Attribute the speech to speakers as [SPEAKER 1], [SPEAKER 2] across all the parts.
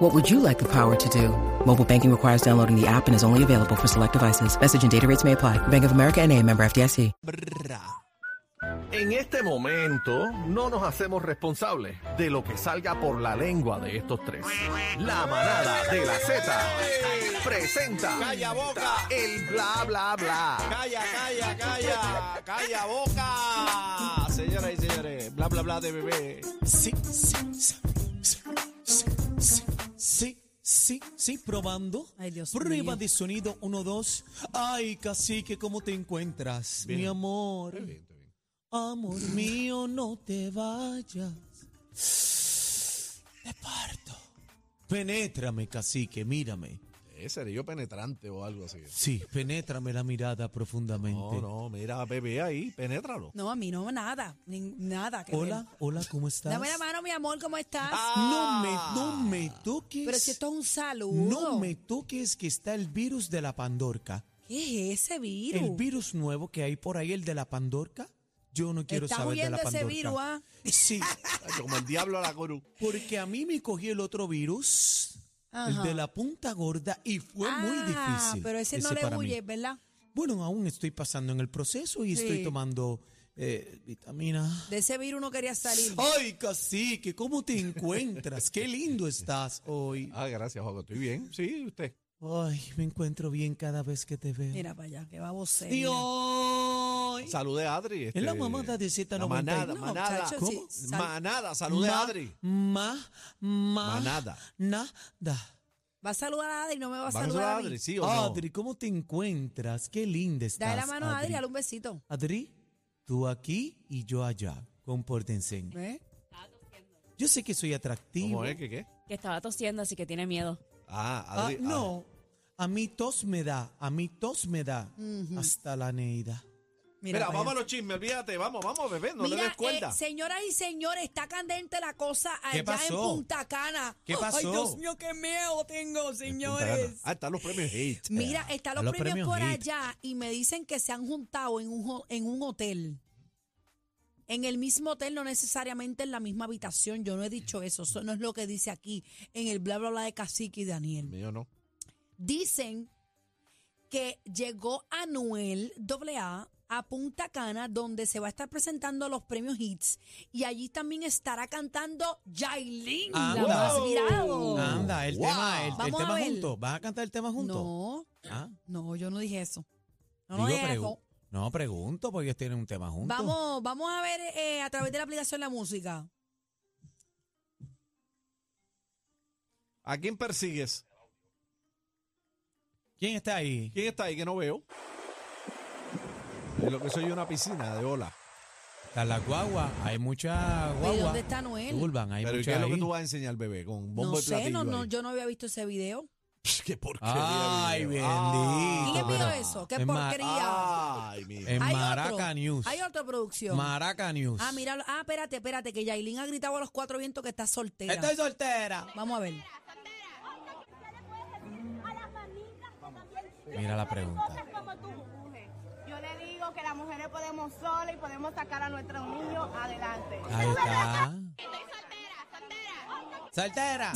[SPEAKER 1] What would you like the power to do? Mobile banking requires downloading the app and is only available for select devices. Message and data rates may apply. Bank of America and a member FDIC.
[SPEAKER 2] Brra. En este momento no nos hacemos responsables de lo que salga por la lengua de estos tres. La manada de la Z presenta
[SPEAKER 3] Calla boca.
[SPEAKER 2] el bla bla bla.
[SPEAKER 3] Calla, calla, calla, calla boca. Señoras y señores, bla bla bla de bebé. Sí, sí, sí, sí, sí, sí, sí, sí, sí, probando.
[SPEAKER 4] Ay, Dios
[SPEAKER 5] Prueba
[SPEAKER 4] mío.
[SPEAKER 5] de sonido 1, 2. Ay, cacique, ¿cómo te encuentras, mi amor? Amor mío, no te vayas. Te parto. Penétrame, cacique, mírame.
[SPEAKER 3] Ese sería yo penetrante o algo así.
[SPEAKER 5] Sí, penétrame la mirada profundamente.
[SPEAKER 3] No, no, mira, bebé ahí, penétralo.
[SPEAKER 4] No, a mí no, nada. ni- nada. que
[SPEAKER 5] Hola, hola, ¿cómo
[SPEAKER 4] ver.
[SPEAKER 5] estás? Ah,
[SPEAKER 4] Dame la mano, mi amor, ¿cómo estás?
[SPEAKER 5] No me, no me
[SPEAKER 3] Ah.
[SPEAKER 5] toques.
[SPEAKER 4] Pero si esto es un saludo.
[SPEAKER 5] no me toques que está el virus de la pandorca.
[SPEAKER 4] ¿Qué es ese virus?
[SPEAKER 5] El virus nuevo que hay por ahí, el de la pandorca, yo no quiero
[SPEAKER 4] Estás
[SPEAKER 5] saber de la
[SPEAKER 4] huyendo ese
[SPEAKER 5] pandorca.
[SPEAKER 4] virus, ¿ah?
[SPEAKER 5] Sí,
[SPEAKER 3] Como el diablo a la coru.
[SPEAKER 5] porque a mí me cogí el otro virus, el de la punta gorda, y fue muy
[SPEAKER 4] Ah,
[SPEAKER 5] difícil.
[SPEAKER 4] Pero ese, no le
[SPEAKER 5] para mí.
[SPEAKER 4] huye, ¿verdad?
[SPEAKER 5] Bueno, aún estoy pasando en el proceso y
[SPEAKER 4] Sí.
[SPEAKER 5] estoy tomando eh, vitamina.
[SPEAKER 4] De ese virus no quería salir.
[SPEAKER 5] Ay, cacique, ¿cómo te encuentras? Qué lindo estás hoy.
[SPEAKER 3] Ah, gracias, Juan. Estoy bien. Sí, usted.
[SPEAKER 5] Ay, me encuentro bien cada vez que te veo.
[SPEAKER 4] Mira para allá, que va vos.
[SPEAKER 5] Y hoy-
[SPEAKER 3] Salude a Adri. este,
[SPEAKER 5] Es la mamada de Z90.
[SPEAKER 3] La Manada,
[SPEAKER 4] No,
[SPEAKER 3] manada.
[SPEAKER 4] muchacho,
[SPEAKER 3] ¿Cómo?
[SPEAKER 4] sí, sal-
[SPEAKER 3] Manada, salude a
[SPEAKER 5] Ma-
[SPEAKER 3] Adri.
[SPEAKER 5] Ma, ma,
[SPEAKER 3] Manada.
[SPEAKER 5] Nada.
[SPEAKER 4] Va a saludar a Adri, no me va a
[SPEAKER 3] ¿Van a
[SPEAKER 4] saludar a mí.
[SPEAKER 3] Adri, sí o no?
[SPEAKER 5] Adri, ¿cómo te encuentras? Qué linda estás.
[SPEAKER 4] Dale la mano a Adri, dale un besito.
[SPEAKER 5] Adri, tú aquí y yo allá. Compórtense.
[SPEAKER 4] ¿Eh?
[SPEAKER 5] Yo sé que soy atractivo.
[SPEAKER 3] ¿Cómo es? ¿Qué qué?
[SPEAKER 6] Que estaba tosiendo, así que tiene miedo.
[SPEAKER 3] Ah,
[SPEAKER 5] Ah,
[SPEAKER 3] Adri. ah,
[SPEAKER 5] no, a mí tos me da, a mí tos me da. Hasta la Neida.
[SPEAKER 4] Mira,
[SPEAKER 3] Mira,
[SPEAKER 4] para
[SPEAKER 3] vamos a
[SPEAKER 4] allá.
[SPEAKER 3] los chismes, olvídate. Vamos, vamos, bebé, no le
[SPEAKER 4] Mira,
[SPEAKER 3] des cuenta.
[SPEAKER 4] eh, señoras y señores, está candente la cosa
[SPEAKER 5] ¿Qué
[SPEAKER 4] allá en
[SPEAKER 5] pasó?
[SPEAKER 4] Punta Cana.
[SPEAKER 5] ¿Qué
[SPEAKER 4] Ay,
[SPEAKER 5] pasó?
[SPEAKER 4] Dios mío, qué miedo tengo, señores.
[SPEAKER 3] Ah, están los premios Hate.
[SPEAKER 4] Mira, están los,
[SPEAKER 5] Eh, los
[SPEAKER 4] premios,
[SPEAKER 5] premios
[SPEAKER 4] por
[SPEAKER 5] Hit.
[SPEAKER 4] allá y me dicen que se han juntado en un, ho- en un hotel. En el mismo hotel, no necesariamente en la misma habitación. Yo no he dicho eso. Eso no es lo que dice aquí en el bla, bla, bla de Cacique y Daniel.
[SPEAKER 3] Mío no.
[SPEAKER 4] Dicen que llegó Anuel AA a Punta Cana, donde se va a estar presentando los premios Hits. Y allí también estará cantando Yailin, la
[SPEAKER 5] Anda.
[SPEAKER 4] más
[SPEAKER 5] Ah, Wow. Ah,
[SPEAKER 4] virado.
[SPEAKER 5] Anda, el
[SPEAKER 3] Oh, Wow.
[SPEAKER 5] tema, el- el,
[SPEAKER 4] Vamos a
[SPEAKER 5] tema
[SPEAKER 4] ver.
[SPEAKER 5] junto. ¿Vas a cantar el tema junto?
[SPEAKER 4] No,
[SPEAKER 5] Ah,
[SPEAKER 4] no, yo no dije eso. No,
[SPEAKER 5] digo,
[SPEAKER 4] no dije
[SPEAKER 5] pregu-
[SPEAKER 4] eso.
[SPEAKER 5] no, pregunto, porque ellos tienen un tema junto.
[SPEAKER 4] Vamos, vamos a ver eh, a través de la aplicación la música.
[SPEAKER 3] ¿A quién persigues?
[SPEAKER 5] ¿Quién está ahí?
[SPEAKER 3] ¿Quién está ahí que no veo? Es lo que soy una piscina de ola.
[SPEAKER 5] Está la guagua, hay mucha guagua.
[SPEAKER 4] ¿Y dónde está Noel?
[SPEAKER 5] Urban, hay
[SPEAKER 3] Pero ¿y
[SPEAKER 5] mucha
[SPEAKER 3] ¿qué es lo que
[SPEAKER 5] ahí.
[SPEAKER 3] tú vas a enseñar, bebé? Con bombo
[SPEAKER 4] No
[SPEAKER 3] y platillo.
[SPEAKER 4] sé, no, no,
[SPEAKER 3] ahí.
[SPEAKER 4] yo no había visto ese video.
[SPEAKER 3] Psh, qué porquería.
[SPEAKER 5] Ay,
[SPEAKER 3] bebé.
[SPEAKER 5] bendito.
[SPEAKER 3] Ah,
[SPEAKER 4] ¿Quién
[SPEAKER 5] pero- Em-
[SPEAKER 4] vio eso? ¡Qué
[SPEAKER 5] es ma-
[SPEAKER 4] porquería!
[SPEAKER 3] ay, mira.
[SPEAKER 5] En
[SPEAKER 4] Hay
[SPEAKER 5] Maraca
[SPEAKER 4] otro,
[SPEAKER 5] News.
[SPEAKER 4] Hay otra producción.
[SPEAKER 5] Maraca News.
[SPEAKER 4] ah, míralo. Ah, espérate, espérate, que Yailin ha gritado a los cuatro vientos que está soltera.
[SPEAKER 5] Estoy soltera.
[SPEAKER 4] Vamos a ver.
[SPEAKER 5] Mira la pregunta.
[SPEAKER 7] como tú. Yo le digo que las mujeres podemos solas y podemos sacar a nuestros niños adelante.
[SPEAKER 5] Ahí está. Soltera.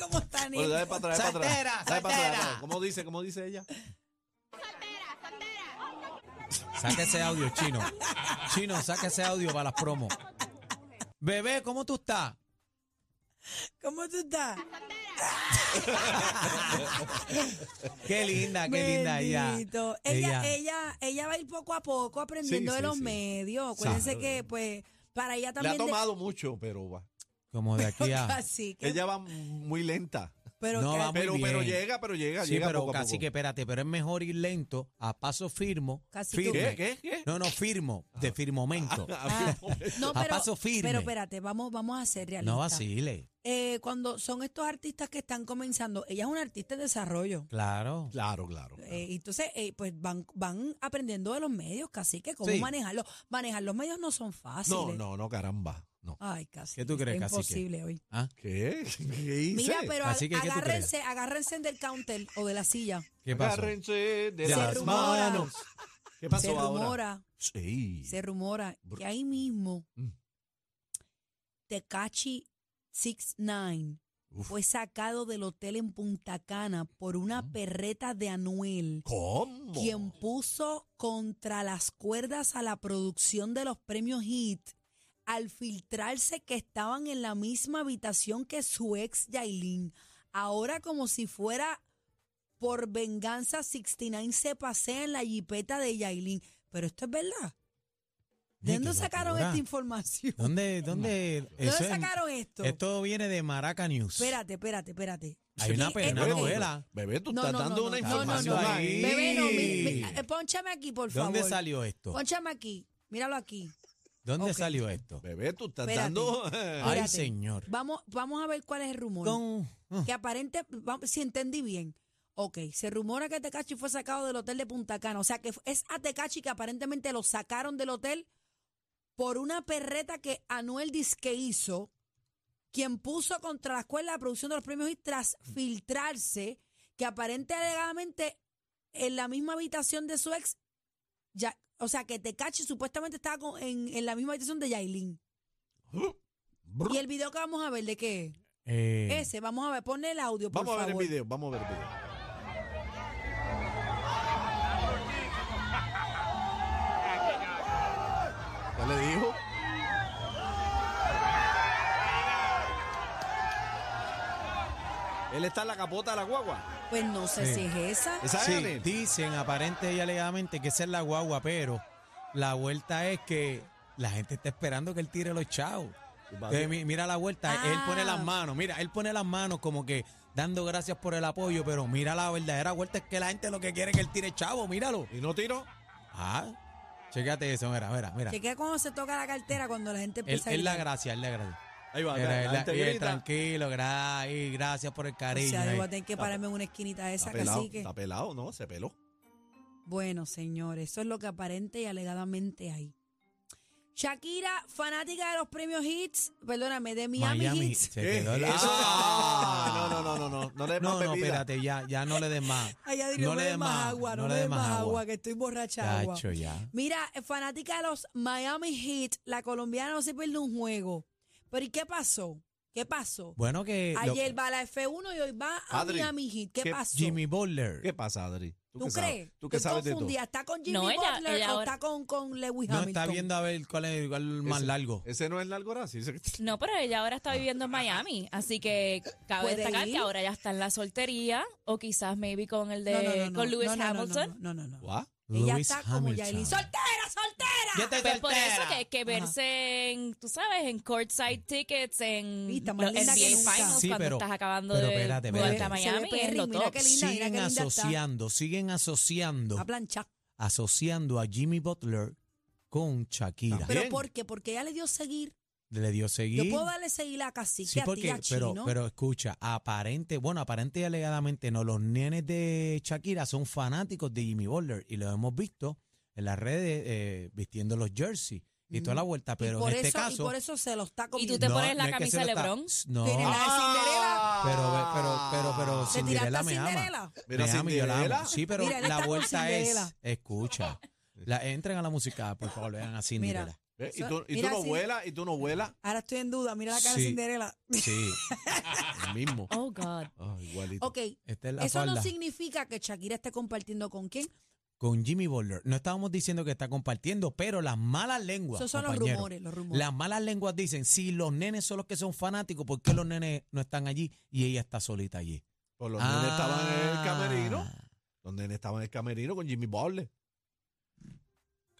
[SPEAKER 4] ¿Cómo está,
[SPEAKER 3] Bueno,
[SPEAKER 4] Niel?
[SPEAKER 3] dale para atrás, dale para atrás.
[SPEAKER 5] Soltera,
[SPEAKER 3] Dale para atrás,
[SPEAKER 5] soltera.
[SPEAKER 3] dale. ¿Cómo dice, cómo dice ella?
[SPEAKER 5] Saca ese audio, chino. Chino, saca ese audio para las promos. Bebé, ¿cómo tú estás?
[SPEAKER 4] ¿Cómo tú estás?
[SPEAKER 5] Qué linda, qué linda ella.
[SPEAKER 4] Bendito. Ella, ella, ella va a ir poco a poco aprendiendo
[SPEAKER 3] Sí,
[SPEAKER 4] de
[SPEAKER 3] sí,
[SPEAKER 4] los
[SPEAKER 3] sí.
[SPEAKER 4] medios. Acuérdense que, pues, para
[SPEAKER 3] Le
[SPEAKER 4] ella
[SPEAKER 3] ha
[SPEAKER 4] también. de-
[SPEAKER 3] tomado mucho, pero va.
[SPEAKER 5] Como de aquí a.
[SPEAKER 4] Así que-
[SPEAKER 3] Ella va muy lenta.
[SPEAKER 4] pero
[SPEAKER 5] No,
[SPEAKER 4] que-
[SPEAKER 5] vamos- Ah, Muy
[SPEAKER 3] Pero, pero
[SPEAKER 5] bien.
[SPEAKER 3] llega, pero llega,
[SPEAKER 5] Sí,
[SPEAKER 3] llega
[SPEAKER 5] pero
[SPEAKER 3] poco a
[SPEAKER 5] casi
[SPEAKER 3] poco.
[SPEAKER 5] que espérate, pero es mejor ir lento, a paso firmo.
[SPEAKER 4] Casi que-
[SPEAKER 5] firme.
[SPEAKER 3] ¿Qué, qué, qué?
[SPEAKER 5] No, no, firmo, de firmomento.
[SPEAKER 4] Ah, No,
[SPEAKER 5] A
[SPEAKER 4] pero,
[SPEAKER 5] paso firme.
[SPEAKER 4] pero espérate, vamos, vamos a ser realistas.
[SPEAKER 5] No vacile.
[SPEAKER 4] eh, cuando son estos artistas que están comenzando, ella es una artista en desarrollo.
[SPEAKER 5] Claro.
[SPEAKER 3] Claro, claro. claro.
[SPEAKER 4] Eh, entonces, eh, pues van, van aprendiendo de los medios, casi que cómo
[SPEAKER 5] Sí.
[SPEAKER 4] manejarlos. Manejar los medios no son
[SPEAKER 3] no,
[SPEAKER 4] fáciles.
[SPEAKER 3] no, no, caramba. No.
[SPEAKER 4] Ay, casi.
[SPEAKER 5] ¿Qué tú crees,
[SPEAKER 4] Es
[SPEAKER 5] cacique?
[SPEAKER 4] imposible hoy.
[SPEAKER 5] Ah,
[SPEAKER 3] ¿Qué? ¿Qué hice?
[SPEAKER 4] Mira, pero
[SPEAKER 5] Así que, ¿qué tú crees?
[SPEAKER 4] agárrense, agárrense del counter o de la silla.
[SPEAKER 5] ¿Qué pasó?
[SPEAKER 3] Agárrense de
[SPEAKER 5] Se
[SPEAKER 3] las
[SPEAKER 4] rumora.
[SPEAKER 3] manos. ¿Qué pasó
[SPEAKER 4] Se
[SPEAKER 3] ahora?
[SPEAKER 4] rumora,
[SPEAKER 3] Sí.
[SPEAKER 4] se rumora
[SPEAKER 3] Br-
[SPEAKER 4] que ahí mismo
[SPEAKER 3] Mm.
[SPEAKER 4] Tecachi 69
[SPEAKER 3] Uf.
[SPEAKER 4] fue sacado del hotel en Punta Cana por
[SPEAKER 5] Ah.
[SPEAKER 4] una perreta de Anuel,
[SPEAKER 3] ¿Cómo?
[SPEAKER 4] quien puso contra las cuerdas a la producción de los premios Hit al filtrarse que estaban en la misma habitación que su ex Yailin. Ahora como si fuera por venganza 69 se pasea en la jipeta de Yailin. Pero esto es verdad. ¿De
[SPEAKER 5] Ay,
[SPEAKER 4] dónde
[SPEAKER 5] qué
[SPEAKER 4] sacaron
[SPEAKER 5] locura.
[SPEAKER 4] esta información?
[SPEAKER 5] ¿Dónde, dónde?
[SPEAKER 4] ¿De
[SPEAKER 5] eso
[SPEAKER 4] dónde
[SPEAKER 5] es-
[SPEAKER 4] sacaron esto?
[SPEAKER 5] Esto viene de Maraca News.
[SPEAKER 4] Espérate, espérate, espérate.
[SPEAKER 5] Hay una
[SPEAKER 4] Aquí, eh,
[SPEAKER 5] una
[SPEAKER 4] eh,
[SPEAKER 5] novela.
[SPEAKER 3] Bebé, tú
[SPEAKER 4] No,
[SPEAKER 3] estás
[SPEAKER 4] no, no,
[SPEAKER 3] dando
[SPEAKER 4] no,
[SPEAKER 3] una
[SPEAKER 4] no,
[SPEAKER 3] información
[SPEAKER 5] no, no.
[SPEAKER 3] ahí.
[SPEAKER 4] Bebé, no, mi- mi- eh, pónchame aquí, por favor.
[SPEAKER 5] ¿Dónde salió esto?
[SPEAKER 4] Pónchame aquí. Míralo aquí.
[SPEAKER 5] ¿Dónde
[SPEAKER 4] Ok.
[SPEAKER 5] salió esto?
[SPEAKER 3] Bebé, tú estás
[SPEAKER 4] Espérate.
[SPEAKER 3] dando... Ah,
[SPEAKER 5] Ay,
[SPEAKER 4] Espérate.
[SPEAKER 5] señor.
[SPEAKER 4] Vamos, vamos a ver cuál es el rumor.
[SPEAKER 5] Con-
[SPEAKER 4] Que aparente, vamos, si entendí bien. Ok, se rumora que Tecachi fue sacado del hotel de Punta Cana. O sea, que es a Tecachi que aparentemente lo sacaron del hotel por una perreta que Anuel Disque hizo, quien puso contra la escuela la producción de los premios y tras filtrarse que aparente alegadamente en la misma habitación de su ex, ya, o sea, que Tecachi supuestamente estaba con- en, en la misma habitación de Yailin. Y el video que vamos a ver, ¿de qué es?
[SPEAKER 5] Eh,
[SPEAKER 4] Ese, vamos a ver, ponle el audio, por
[SPEAKER 3] Vamos a ver el
[SPEAKER 4] favor.
[SPEAKER 3] video, vamos a ver el video. ¿Qué le dijo? Él está en la capota de la guagua.
[SPEAKER 4] Pues no sé
[SPEAKER 5] Sí.
[SPEAKER 4] si es esa.
[SPEAKER 3] Esa es
[SPEAKER 5] sí,
[SPEAKER 3] Anel.
[SPEAKER 5] dicen aparente y alegadamente que esa es la guagua, pero la vuelta es que la gente está esperando que él tire los chavos. Entonces, mi- mira la vuelta, él
[SPEAKER 4] Ah.
[SPEAKER 5] pone las manos, mira, él pone las manos como que dando gracias por el apoyo, pero mira la verdadera vuelta es que la gente lo que quiere es que él tire chavo, míralo.
[SPEAKER 3] ¿Y no tiró?
[SPEAKER 5] Ah, chécate eso, mira, mira, mira.
[SPEAKER 4] Chequea cuando se toca la cartera cuando la gente
[SPEAKER 5] Él,
[SPEAKER 4] empieza
[SPEAKER 5] él
[SPEAKER 4] a
[SPEAKER 5] la
[SPEAKER 4] gritar.
[SPEAKER 5] gracia, él la gracia.
[SPEAKER 3] Ahí va,
[SPEAKER 5] Mira,
[SPEAKER 3] la
[SPEAKER 5] él la-
[SPEAKER 3] gente
[SPEAKER 5] y él,
[SPEAKER 3] grita.
[SPEAKER 5] tranquilo, gra- y gracias por el
[SPEAKER 4] O
[SPEAKER 5] cariño.
[SPEAKER 4] sea, yo
[SPEAKER 5] eh.
[SPEAKER 4] voy a tener que pararme en una esquinita de
[SPEAKER 3] Está
[SPEAKER 4] esa,
[SPEAKER 3] pelado,
[SPEAKER 4] casi que...
[SPEAKER 3] está pelado, ¿no? Se peló.
[SPEAKER 4] Bueno, señores, eso es lo que aparente y alegadamente hay. Shakira, fanática de los premios hits, perdóname, de Miami,
[SPEAKER 5] Miami
[SPEAKER 4] Hits.
[SPEAKER 5] se quedó la-
[SPEAKER 3] Eso-
[SPEAKER 5] Ah.
[SPEAKER 3] Ah, no, no, no, no, no. No le des
[SPEAKER 5] No,
[SPEAKER 3] más
[SPEAKER 5] no,
[SPEAKER 3] bebida.
[SPEAKER 5] espérate, ya, ya no le des más.
[SPEAKER 4] Ay, Adrián, no, me des más agua, no, me des más agua, que estoy borracha de agua.
[SPEAKER 5] Chacho, ya.
[SPEAKER 4] Mira, eh, fanática de los Miami Heat, la colombiana no se pierde un juego. Pero ¿y qué pasó? ¿Qué pasó?
[SPEAKER 5] Bueno que Eh, lo-
[SPEAKER 4] Ayer va a la F1 y hoy va a
[SPEAKER 3] Adri,
[SPEAKER 4] Miami Heat. ¿Qué,
[SPEAKER 3] ¿qué-
[SPEAKER 4] pasó?
[SPEAKER 5] Jimmy Butler.
[SPEAKER 3] ¿Qué pasa, Adri?
[SPEAKER 4] ¿Tú,
[SPEAKER 3] qué sabes?
[SPEAKER 4] crees?
[SPEAKER 3] ¿Tú qué
[SPEAKER 4] Estoy
[SPEAKER 3] sabes de todo?
[SPEAKER 4] confundida. ¿Está con Jimmy
[SPEAKER 6] No, ella-
[SPEAKER 4] Butler
[SPEAKER 6] ella
[SPEAKER 4] o
[SPEAKER 6] ahora-
[SPEAKER 4] está con, con Lewis
[SPEAKER 5] No
[SPEAKER 4] Hamilton?
[SPEAKER 5] está viendo a ver cuál es cuál es el más
[SPEAKER 3] Ese-
[SPEAKER 5] largo.
[SPEAKER 3] Ese no es la algoracia.
[SPEAKER 6] No, pero ella ahora está viviendo en Miami, así que cabe
[SPEAKER 4] ¿Puede
[SPEAKER 6] destacar
[SPEAKER 4] ir?
[SPEAKER 6] que ahora ya está en la soltería o quizás maybe con el de
[SPEAKER 4] No, no, no, no,
[SPEAKER 6] con Lewis
[SPEAKER 4] no, no, no,
[SPEAKER 6] Hamilton.
[SPEAKER 4] No, no, no. no.
[SPEAKER 3] ¿What?
[SPEAKER 4] Ella
[SPEAKER 5] Lewis
[SPEAKER 4] está como
[SPEAKER 5] Hamilton.
[SPEAKER 4] Yailin. ¡Soltera, soltera!
[SPEAKER 5] Yo estoy
[SPEAKER 6] Pues por eso
[SPEAKER 5] soltera.
[SPEAKER 6] que, que verse en, tú sabes, en courtside tickets, en
[SPEAKER 4] Vista más
[SPEAKER 6] los
[SPEAKER 4] linda
[SPEAKER 6] NBA
[SPEAKER 4] que nunca.
[SPEAKER 6] Finals
[SPEAKER 5] Sí,
[SPEAKER 6] cuando
[SPEAKER 5] pero-
[SPEAKER 6] estás acabando
[SPEAKER 5] pero
[SPEAKER 6] de
[SPEAKER 5] espérate,
[SPEAKER 6] mudarte
[SPEAKER 5] espérate.
[SPEAKER 6] a
[SPEAKER 4] Se ve
[SPEAKER 6] Miami, es
[SPEAKER 4] perri,
[SPEAKER 6] lo
[SPEAKER 4] mira
[SPEAKER 6] top.
[SPEAKER 4] qué linda. mira
[SPEAKER 5] Siguen
[SPEAKER 4] qué linda está.
[SPEAKER 5] asociando, siguen asociando,
[SPEAKER 4] A planchar.
[SPEAKER 5] asociando a Jimmy Butler con Shakira.
[SPEAKER 4] ¿Pero
[SPEAKER 3] Bien.
[SPEAKER 4] por qué? Porque ella le dio seguir.
[SPEAKER 5] Le dio
[SPEAKER 4] Yo
[SPEAKER 5] seguir.
[SPEAKER 4] puedo darle seguir a Cacique,
[SPEAKER 5] Sí,
[SPEAKER 4] a ti, a
[SPEAKER 5] porque,
[SPEAKER 4] Chino.
[SPEAKER 5] pero, pero escucha, aparente, bueno, aparente y alegadamente no, los nenes de Shakira son fanáticos de Jimmy Butler y lo hemos visto en las redes eh, vistiendo los jerseys y toda la vuelta,
[SPEAKER 4] Y
[SPEAKER 5] pero
[SPEAKER 4] por
[SPEAKER 5] en este
[SPEAKER 4] eso, y
[SPEAKER 5] caso...
[SPEAKER 4] por eso se lo está
[SPEAKER 6] Y
[SPEAKER 4] comiendo.
[SPEAKER 6] tú te pones la
[SPEAKER 5] es que
[SPEAKER 6] camisa
[SPEAKER 5] se lo
[SPEAKER 6] de
[SPEAKER 5] está-
[SPEAKER 6] LeBron.
[SPEAKER 5] No,
[SPEAKER 4] Tiene la-
[SPEAKER 3] Ah.
[SPEAKER 5] pero, pero, pero, pero
[SPEAKER 4] ¿Te tiraste
[SPEAKER 5] Cinderella
[SPEAKER 4] a
[SPEAKER 5] me ama.
[SPEAKER 4] Cinderella?
[SPEAKER 3] Mira,
[SPEAKER 5] Miami, yo la amo.
[SPEAKER 3] Cinderella.
[SPEAKER 5] Sí, pero
[SPEAKER 4] Mira, él está
[SPEAKER 5] la
[SPEAKER 4] con
[SPEAKER 5] vuelta es.
[SPEAKER 4] Cinderella.
[SPEAKER 5] Escucha. La, entren a la música, por favor, vean a Cinderella.
[SPEAKER 3] Eh, ¿Y
[SPEAKER 4] Eso-
[SPEAKER 3] tú, y tú
[SPEAKER 4] mira,
[SPEAKER 3] no
[SPEAKER 4] sí.
[SPEAKER 3] vuelas? ¿Y tú no vuelas?
[SPEAKER 4] Ahora estoy en duda. Mira la cara de
[SPEAKER 5] Sí.
[SPEAKER 4] Cinderela.
[SPEAKER 5] Sí,
[SPEAKER 3] El mismo.
[SPEAKER 6] Oh, God.
[SPEAKER 3] Ah, igualito.
[SPEAKER 4] Ok,
[SPEAKER 5] esta es la
[SPEAKER 4] eso no
[SPEAKER 5] falda.
[SPEAKER 4] significa que Shakira esté compartiendo con quién.
[SPEAKER 5] Con Jimmy Butler. No estábamos diciendo que está compartiendo, pero las malas lenguas.
[SPEAKER 4] Esos son los
[SPEAKER 5] compañero,
[SPEAKER 4] rumores, los rumores.
[SPEAKER 5] Las malas lenguas dicen: si los nenes son los que son fanáticos, ¿por qué los nenes no están allí y ella está solita allí?
[SPEAKER 3] Por los nenes estaban en el
[SPEAKER 5] Ah.
[SPEAKER 3] camerino. Los nenes estaban en el camerino con Jimmy Butler.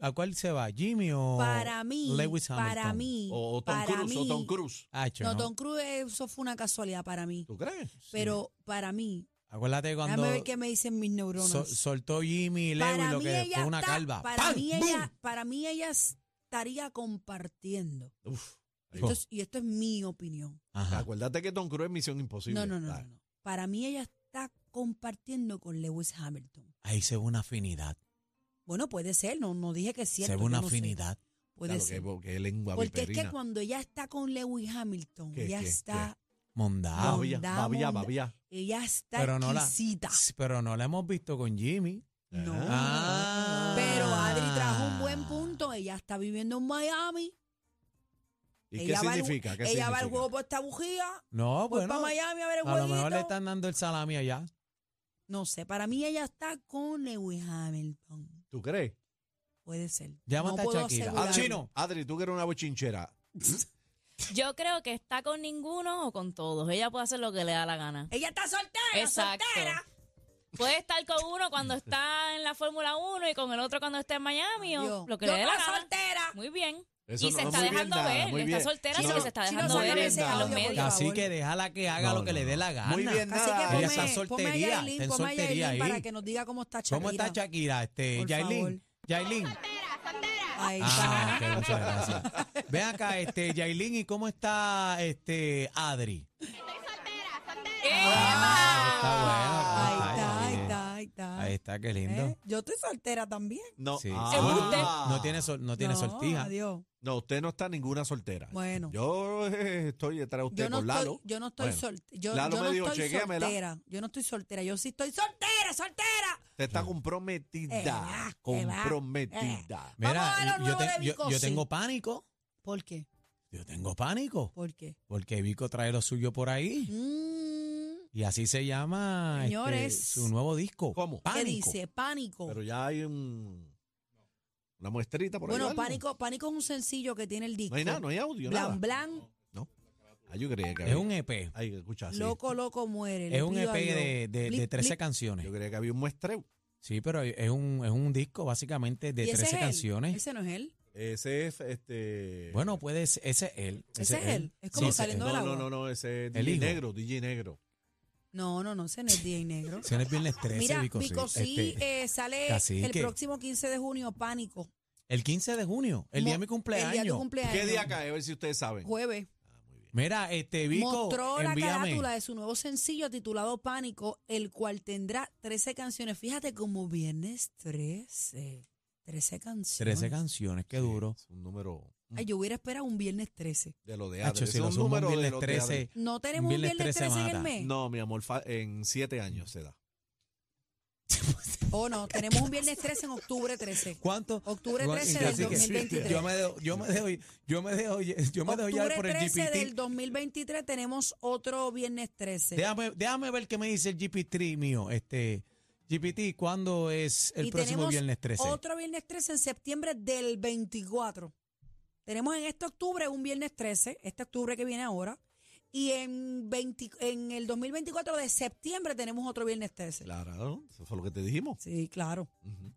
[SPEAKER 5] ¿A cuál se va? ¿Jimmy o.?
[SPEAKER 4] Para mí,
[SPEAKER 5] Lewis
[SPEAKER 4] para
[SPEAKER 5] Hamilton?
[SPEAKER 4] mí,
[SPEAKER 3] O, o Tom
[SPEAKER 4] para
[SPEAKER 3] Cruise.
[SPEAKER 4] mí,
[SPEAKER 3] O Tom Cruise.
[SPEAKER 5] Hacho,
[SPEAKER 4] No,
[SPEAKER 5] ¿no?
[SPEAKER 4] Tom Cruise, eso fue una casualidad para mí.
[SPEAKER 3] ¿Tú crees?
[SPEAKER 4] Pero para mí,
[SPEAKER 5] Acuérdate cuando.
[SPEAKER 4] déjame ver qué me dicen mis neuronas.
[SPEAKER 5] Sol- soltó Jimmy y Leo y
[SPEAKER 4] para
[SPEAKER 5] lo
[SPEAKER 4] mí
[SPEAKER 5] que
[SPEAKER 4] ella
[SPEAKER 5] fue una
[SPEAKER 4] está-
[SPEAKER 5] calva.
[SPEAKER 4] Para
[SPEAKER 5] ¡Pam!
[SPEAKER 4] mí
[SPEAKER 5] ¡Bum!
[SPEAKER 4] ella, para mí ella estaría compartiendo.
[SPEAKER 3] Uf,
[SPEAKER 4] Esto es- y esto es mi opinión.
[SPEAKER 5] Ajá.
[SPEAKER 3] Acuérdate que Tom Cruise es Misión Imposible.
[SPEAKER 4] no, no, no,
[SPEAKER 3] Ah,
[SPEAKER 4] no, no. Para mí ella está compartiendo con Lewis Hamilton.
[SPEAKER 5] Ahí se ve una afinidad.
[SPEAKER 4] Bueno, puede ser, no, no dije que es cierto.
[SPEAKER 5] se ve
[SPEAKER 4] yo
[SPEAKER 5] una
[SPEAKER 4] no sé.
[SPEAKER 5] afinidad.
[SPEAKER 4] Puede
[SPEAKER 3] Claro,
[SPEAKER 4] ser.
[SPEAKER 3] que, que lengua
[SPEAKER 4] Porque es que
[SPEAKER 3] viperina.
[SPEAKER 4] cuando ella está con Lewis Hamilton,
[SPEAKER 3] ¿Qué,
[SPEAKER 4] ella
[SPEAKER 3] qué,
[SPEAKER 4] está,
[SPEAKER 5] mondada.
[SPEAKER 4] No,
[SPEAKER 3] babia,
[SPEAKER 4] Mondá,
[SPEAKER 3] babia,
[SPEAKER 4] mondá.
[SPEAKER 3] babia.
[SPEAKER 4] ella está
[SPEAKER 5] Pero no la-
[SPEAKER 4] exquisita.
[SPEAKER 5] Sí, Pero no la hemos visto con Jimmy.
[SPEAKER 4] No.
[SPEAKER 5] Ah.
[SPEAKER 4] Pero Adri trajo un buen punto. Ella está viviendo en Miami.
[SPEAKER 3] ¿Y qué
[SPEAKER 4] ella va al-
[SPEAKER 3] significa? ¿Qué
[SPEAKER 4] ella va al
[SPEAKER 3] significa?
[SPEAKER 4] juego por esta bujía.
[SPEAKER 5] No,
[SPEAKER 4] Voy
[SPEAKER 5] Ah, bueno.
[SPEAKER 4] para Miami a ver el
[SPEAKER 5] A lo mejor le
[SPEAKER 4] jueguito.
[SPEAKER 5] están dando el salami allá.
[SPEAKER 4] No sé, para mí ella está con Lewis Hamilton.
[SPEAKER 3] ¿Tú crees?
[SPEAKER 4] Puede ser.
[SPEAKER 5] Llámate
[SPEAKER 4] no
[SPEAKER 5] a
[SPEAKER 4] puedo
[SPEAKER 5] Shakira.
[SPEAKER 4] asegurar.
[SPEAKER 5] Ah, chino.
[SPEAKER 3] Adri, tú que eres una bochinchera.
[SPEAKER 6] Yo creo que está con ninguno o con todos. Ella puede hacer lo que le da la gana.
[SPEAKER 4] Ella está soltera,
[SPEAKER 6] Exacto.
[SPEAKER 4] soltera.
[SPEAKER 6] Puede estar con uno cuando está en la Fórmula 1 y con el otro cuando está en Miami
[SPEAKER 4] Yo-
[SPEAKER 6] o lo que
[SPEAKER 4] yo
[SPEAKER 6] le dé la
[SPEAKER 4] estoy
[SPEAKER 6] gana.
[SPEAKER 4] soltera.
[SPEAKER 6] Muy bien.
[SPEAKER 3] Eso
[SPEAKER 6] y se
[SPEAKER 3] no-
[SPEAKER 6] está
[SPEAKER 3] muy bien
[SPEAKER 6] dejando
[SPEAKER 3] nada, muy
[SPEAKER 6] ver.
[SPEAKER 3] bien.
[SPEAKER 6] Está soltera,
[SPEAKER 3] Chino,
[SPEAKER 6] pero se está
[SPEAKER 4] chino,
[SPEAKER 6] dejando
[SPEAKER 4] sácame
[SPEAKER 6] ver
[SPEAKER 4] ese
[SPEAKER 6] a los
[SPEAKER 4] audio, por
[SPEAKER 6] medios.
[SPEAKER 4] favor.
[SPEAKER 5] Así que déjala que haga
[SPEAKER 3] No,
[SPEAKER 5] lo que
[SPEAKER 3] no,
[SPEAKER 5] le dé
[SPEAKER 3] no.
[SPEAKER 5] la gana.
[SPEAKER 3] Muy bien,
[SPEAKER 4] Así
[SPEAKER 3] nada.
[SPEAKER 4] que
[SPEAKER 5] Ella
[SPEAKER 4] ponme,
[SPEAKER 5] está sol-
[SPEAKER 4] ponme a
[SPEAKER 5] soltería,
[SPEAKER 4] Yailin,
[SPEAKER 5] está en
[SPEAKER 4] ponme a
[SPEAKER 5] soltería
[SPEAKER 4] Yailin para
[SPEAKER 5] ahí.
[SPEAKER 4] que nos diga cómo está Shakira.
[SPEAKER 5] ¿Cómo está Shakira? Este,
[SPEAKER 4] Por favor.
[SPEAKER 5] Yailin. Yailin.
[SPEAKER 4] Ahí está.
[SPEAKER 5] Ah, ok, muchas gracias. Ven acá, este, Yailin, ¿y cómo está este Adri?
[SPEAKER 6] Eh,
[SPEAKER 4] Ah, Ahí
[SPEAKER 5] Ah,
[SPEAKER 4] está, ahí
[SPEAKER 5] bien.
[SPEAKER 4] está, ahí está.
[SPEAKER 5] Ahí está, qué lindo.
[SPEAKER 4] Ah, ¿Eh? Yo estoy soltera también.
[SPEAKER 3] No,
[SPEAKER 5] Sí.
[SPEAKER 3] ah.
[SPEAKER 6] Embuste.
[SPEAKER 5] No tiene, sol- no tiene
[SPEAKER 4] No,
[SPEAKER 5] sortija.
[SPEAKER 4] Adiós.
[SPEAKER 3] No, usted no está ninguna soltera.
[SPEAKER 4] Bueno.
[SPEAKER 3] Yo eh, estoy detrás de usted
[SPEAKER 4] Yo no,
[SPEAKER 3] con Lalo.
[SPEAKER 4] estoy, yo no estoy
[SPEAKER 3] Bueno,
[SPEAKER 4] soltera. Yo,
[SPEAKER 3] Lalo
[SPEAKER 4] yo
[SPEAKER 3] me
[SPEAKER 4] no
[SPEAKER 3] dijo,
[SPEAKER 4] estoy
[SPEAKER 3] chequéamela.
[SPEAKER 4] soltera. Yo no estoy soltera. Yo sí estoy soltera, soltera.
[SPEAKER 3] Usted está comprometida.
[SPEAKER 4] Eh, va, eh, va, eh.
[SPEAKER 3] comprometida.
[SPEAKER 4] Vamos a ver lo
[SPEAKER 5] Mira, yo,
[SPEAKER 4] nuevo
[SPEAKER 5] te-
[SPEAKER 4] de
[SPEAKER 5] yo-
[SPEAKER 4] Vico,
[SPEAKER 5] yo
[SPEAKER 4] sí.
[SPEAKER 5] tengo pánico.
[SPEAKER 4] ¿Por qué?
[SPEAKER 5] Yo tengo pánico.
[SPEAKER 4] ¿Por qué?
[SPEAKER 5] Porque Vico trae lo suyo por ahí.
[SPEAKER 4] Mm,
[SPEAKER 5] Y así se llama este,
[SPEAKER 4] Señores.
[SPEAKER 5] su nuevo disco.
[SPEAKER 3] ¿Cómo?
[SPEAKER 4] ¿Qué
[SPEAKER 5] Pánico.
[SPEAKER 4] dice? Pánico.
[SPEAKER 3] Pero ya hay un, una muestrita por ahí.
[SPEAKER 4] bueno,
[SPEAKER 3] algo.
[SPEAKER 4] pánico, pánico es un sencillo que tiene el disco.
[SPEAKER 3] No hay nada, no hay audio, nada.
[SPEAKER 4] Blan Blan,
[SPEAKER 3] No. Ah, yo creía que
[SPEAKER 5] Es
[SPEAKER 3] había.
[SPEAKER 5] un E EP.
[SPEAKER 3] Ay, escucha, Ah, sí.
[SPEAKER 4] loco, loco muere. le
[SPEAKER 5] Es un
[SPEAKER 4] pido
[SPEAKER 5] EP
[SPEAKER 4] a Dios.
[SPEAKER 5] de, de- de
[SPEAKER 4] Blip,
[SPEAKER 5] 13
[SPEAKER 4] blip.
[SPEAKER 5] canciones.
[SPEAKER 3] Yo creía que había un muestreo.
[SPEAKER 5] Sí, pero es un, es un disco básicamente de
[SPEAKER 4] ¿Y ese
[SPEAKER 5] 13
[SPEAKER 4] es él?
[SPEAKER 5] canciones.
[SPEAKER 4] Ese no es él.
[SPEAKER 3] Ese es este.
[SPEAKER 5] Bueno, pues, puede ser, ese es él.
[SPEAKER 4] Ese es él. Es como
[SPEAKER 5] ese
[SPEAKER 4] saliendo
[SPEAKER 5] es
[SPEAKER 4] de
[SPEAKER 5] él.
[SPEAKER 4] la-
[SPEAKER 3] no, no, no, no, ese es
[SPEAKER 5] El
[SPEAKER 3] DJ
[SPEAKER 5] hijo.
[SPEAKER 3] negro, DJ negro.
[SPEAKER 4] No, no, no, ese no es DJ Negro.
[SPEAKER 5] Se nos viene el 13,
[SPEAKER 4] Mira,
[SPEAKER 5] Vico, sí.
[SPEAKER 4] Vico sí
[SPEAKER 5] Este,
[SPEAKER 4] eh, sale el
[SPEAKER 5] Cacique.
[SPEAKER 4] próximo 15 de junio, Pánico.
[SPEAKER 5] el 15 de junio, el día de mi
[SPEAKER 4] Mo-
[SPEAKER 5] cumpleaños.
[SPEAKER 4] El día de tu cumpleaños.
[SPEAKER 3] ¿Qué día cae? A ver si ustedes saben.
[SPEAKER 4] Jueves.
[SPEAKER 5] Mira, este Vico,
[SPEAKER 4] mostró la
[SPEAKER 5] envíame.
[SPEAKER 4] carátula de su nuevo sencillo titulado Pánico, el cual tendrá 13 canciones. Fíjate como viernes 13. 13 canciones.
[SPEAKER 5] 13 canciones, qué
[SPEAKER 3] Sí,
[SPEAKER 5] duro.
[SPEAKER 3] Es un número mm,
[SPEAKER 4] Ay, yo hubiera esperado un viernes 13.
[SPEAKER 3] de lo de Adri.
[SPEAKER 5] Hacho,
[SPEAKER 3] ese
[SPEAKER 5] si
[SPEAKER 3] es
[SPEAKER 5] lo
[SPEAKER 3] un
[SPEAKER 5] sumo un
[SPEAKER 3] número de
[SPEAKER 5] viernes
[SPEAKER 3] lo de Adri.
[SPEAKER 5] 13,
[SPEAKER 4] ¿No tenemos
[SPEAKER 5] Viernes
[SPEAKER 4] un viernes
[SPEAKER 5] 13
[SPEAKER 4] 13 en
[SPEAKER 5] mata.
[SPEAKER 4] el mes?
[SPEAKER 3] No, mi amor, fa- en siete años se da.
[SPEAKER 4] Oh, no, tenemos un viernes 13 en octubre 13.
[SPEAKER 5] ¿cuánto?
[SPEAKER 4] Octubre
[SPEAKER 5] Bueno,
[SPEAKER 4] 13 del
[SPEAKER 5] así que
[SPEAKER 4] 2023.
[SPEAKER 5] Yo me dejo, yo me dejo, yo me dejo, yo me dejo llevar
[SPEAKER 4] octubre
[SPEAKER 5] por el
[SPEAKER 4] 13
[SPEAKER 5] GPT.
[SPEAKER 4] del 2023 tenemos otro viernes 13.
[SPEAKER 5] Déjame, déjame ver qué me dice el GPT mío. Este, GPT, ¿cuándo es el
[SPEAKER 4] y
[SPEAKER 5] próximo
[SPEAKER 4] tenemos
[SPEAKER 5] viernes 13?
[SPEAKER 4] Otro viernes 13 en septiembre del 24. Tenemos en este octubre un viernes 13, este octubre que viene ahora. Y en, 20 en el 2024 de septiembre tenemos otro viernes 13.
[SPEAKER 3] Claro, ¿no? eso fue lo que te dijimos.
[SPEAKER 4] Sí, claro.
[SPEAKER 3] Ujú.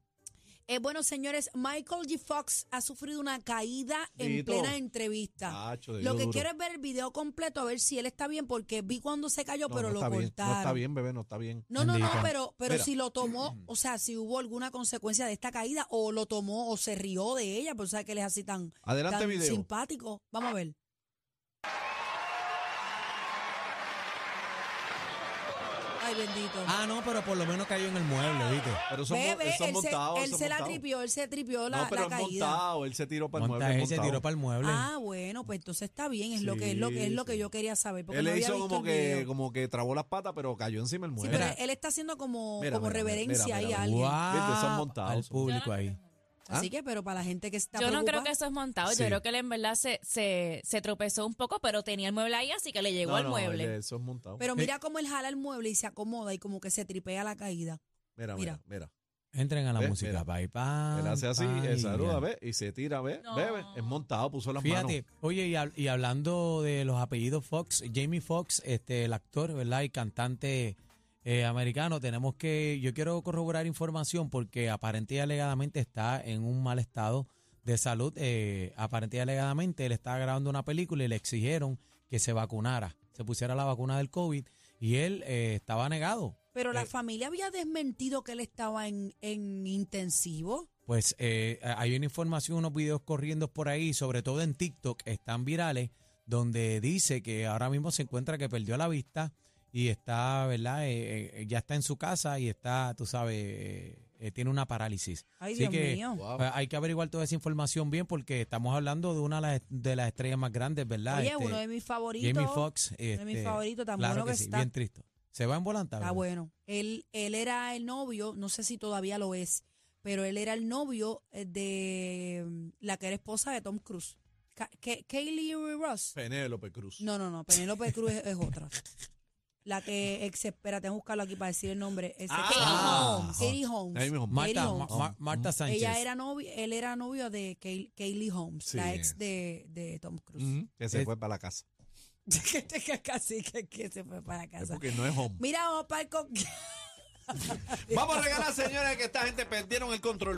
[SPEAKER 4] Eh, bueno, señores, Michael G. Fox ha sufrido una caída en
[SPEAKER 3] Dito.
[SPEAKER 4] plena entrevista.
[SPEAKER 3] Tacho, te
[SPEAKER 4] lo
[SPEAKER 3] dio
[SPEAKER 4] que
[SPEAKER 3] duro.
[SPEAKER 4] quiero es ver el video completo, a ver si él está bien, porque vi cuando se cayó,
[SPEAKER 3] No,
[SPEAKER 4] pero
[SPEAKER 3] no
[SPEAKER 4] lo
[SPEAKER 3] está bien,
[SPEAKER 4] cortaron.
[SPEAKER 3] No está bien, bebé, no está bien.
[SPEAKER 4] No, no, no,
[SPEAKER 5] Bendito.
[SPEAKER 4] pero, pero
[SPEAKER 3] Mira.
[SPEAKER 4] si lo tomó, o sea, si hubo alguna consecuencia de esta caída, o lo tomó, o se rió de ella, pues sabes que él es así tan,
[SPEAKER 3] Adelante,
[SPEAKER 4] tan
[SPEAKER 3] video.
[SPEAKER 4] simpático. Vamos a ver. Ay, bendito.
[SPEAKER 5] Ah, no, pero por lo menos cayó en el mueble, ¿viste?
[SPEAKER 3] Pero son,
[SPEAKER 4] Bebe,
[SPEAKER 3] mon- son
[SPEAKER 4] él,
[SPEAKER 3] montados.
[SPEAKER 4] se, él
[SPEAKER 3] son
[SPEAKER 4] se la
[SPEAKER 3] montados.
[SPEAKER 4] tripió, él se tripió la,
[SPEAKER 3] no, pero
[SPEAKER 4] la
[SPEAKER 3] es
[SPEAKER 4] caída.
[SPEAKER 3] montado. Él se tiró para el
[SPEAKER 5] Monta
[SPEAKER 3] mueble.
[SPEAKER 5] ese, tiró para el mueble.
[SPEAKER 4] Ah, bueno, pues entonces está bien, es lo que es lo que es lo que
[SPEAKER 3] Sí,
[SPEAKER 4] yo quería saber. Porque
[SPEAKER 3] Él le
[SPEAKER 4] no había
[SPEAKER 3] hizo
[SPEAKER 4] visto
[SPEAKER 3] como
[SPEAKER 4] el
[SPEAKER 3] que,
[SPEAKER 4] video.
[SPEAKER 3] como que trabó las patas, pero cayó encima el
[SPEAKER 4] Sí,
[SPEAKER 3] mueble.
[SPEAKER 4] pero
[SPEAKER 5] Mira.
[SPEAKER 4] él está haciendo como,
[SPEAKER 3] Mira,
[SPEAKER 4] como
[SPEAKER 3] mira, mira,
[SPEAKER 4] reverencia
[SPEAKER 3] mira,
[SPEAKER 4] ahí
[SPEAKER 3] mira.
[SPEAKER 4] a alguien.
[SPEAKER 5] Guau,
[SPEAKER 3] son montados,
[SPEAKER 5] Al
[SPEAKER 3] son-
[SPEAKER 5] público ahí.
[SPEAKER 4] Así que, pero para la gente que está
[SPEAKER 6] Yo no creo
[SPEAKER 4] preocupada-
[SPEAKER 6] que eso es montado.
[SPEAKER 3] Sí.
[SPEAKER 6] Yo creo que él en verdad se, se, se tropezó un poco, pero tenía el mueble ahí, así que le llegó
[SPEAKER 3] No,
[SPEAKER 6] al
[SPEAKER 3] no,
[SPEAKER 6] mueble.
[SPEAKER 3] él- Eso es montado.
[SPEAKER 4] Pero mira cómo él jala el mueble y se acomoda y como que se tripea la caída.
[SPEAKER 3] Mira, mira, mira.
[SPEAKER 5] Entren a la
[SPEAKER 3] Ve, mira.
[SPEAKER 5] música, bye, bye.
[SPEAKER 3] Él hace así,
[SPEAKER 5] bye,
[SPEAKER 3] él saluda,
[SPEAKER 5] Ah, ya.
[SPEAKER 3] ve, y se tira, ve,
[SPEAKER 6] No.
[SPEAKER 3] bebe. Es montado, puso las
[SPEAKER 5] Fíjate,
[SPEAKER 3] manos.
[SPEAKER 5] oye, y, hab- y hablando de los apellidos Fox, Jamie Fox, este, el actor, ¿verdad? Y cantante eh, americano, tenemos que, yo quiero corroborar información porque aparente y alegadamente está en un mal estado de salud. Eh, aparente y alegadamente él estaba grabando una película y le exigieron que se vacunara, se pusiera la vacuna del COVID y él eh, estaba negado.
[SPEAKER 4] Pero la
[SPEAKER 5] Eh.
[SPEAKER 4] familia había desmentido que él estaba en, en intensivo.
[SPEAKER 5] Pues eh, hay una información, unos videos corriendo por ahí, sobre todo en TikTok, están virales, donde dice que ahora mismo se encuentra que perdió la vista y está, ¿verdad? Eh, eh, ya está en su casa y está, tú sabes, eh, eh, tiene una parálisis.
[SPEAKER 4] Ay,
[SPEAKER 5] Así
[SPEAKER 4] Dios
[SPEAKER 5] que,
[SPEAKER 4] mío.
[SPEAKER 3] Wow.
[SPEAKER 5] eh, Hay que averiguar toda esa información bien porque estamos hablando de una de las- de las estrellas más grandes, ¿verdad?
[SPEAKER 4] Oye,
[SPEAKER 5] Este,
[SPEAKER 4] uno de mis favoritos.
[SPEAKER 5] Jamie Foxx.
[SPEAKER 4] uno de mis
[SPEAKER 5] este,
[SPEAKER 4] favoritos, tan
[SPEAKER 5] claro
[SPEAKER 4] bueno que,
[SPEAKER 5] sí,
[SPEAKER 4] está.
[SPEAKER 5] bien triste. Se va en volanta,
[SPEAKER 4] Está
[SPEAKER 5] ¿verdad?
[SPEAKER 4] bueno. Él, él era el novio, no sé si todavía lo es, pero él era el novio eh, de mm, la que era esposa de Tom Cruise. Ka- Ke- Kaylee Ross.
[SPEAKER 3] Penélope Cruz.
[SPEAKER 4] No, no, no. Penélope Cruz es, es otra. La que ex, espera, tengo que buscarlo aquí para decir el nombre. Ese-
[SPEAKER 3] Ah.
[SPEAKER 4] Katie Holmes. Katie Holmes.
[SPEAKER 3] Ahí mismo.
[SPEAKER 4] Katie
[SPEAKER 5] Marta,
[SPEAKER 4] Holmes.
[SPEAKER 5] Ma- Ma- Marta Sánchez.
[SPEAKER 4] Ella era novio, él era novio de Kay- Kaylee Holmes, la
[SPEAKER 3] Sí.
[SPEAKER 4] ex de, de Tom Cruise.
[SPEAKER 3] Ujú, Que se
[SPEAKER 5] Es-
[SPEAKER 3] fue para la casa.
[SPEAKER 4] Que- que Casi que, que se fue para
[SPEAKER 3] Es
[SPEAKER 4] casa.
[SPEAKER 3] porque no es home.
[SPEAKER 4] Mira, vamos para el con-
[SPEAKER 3] Vamos a regalar, señores, que esta gente perdieron el control.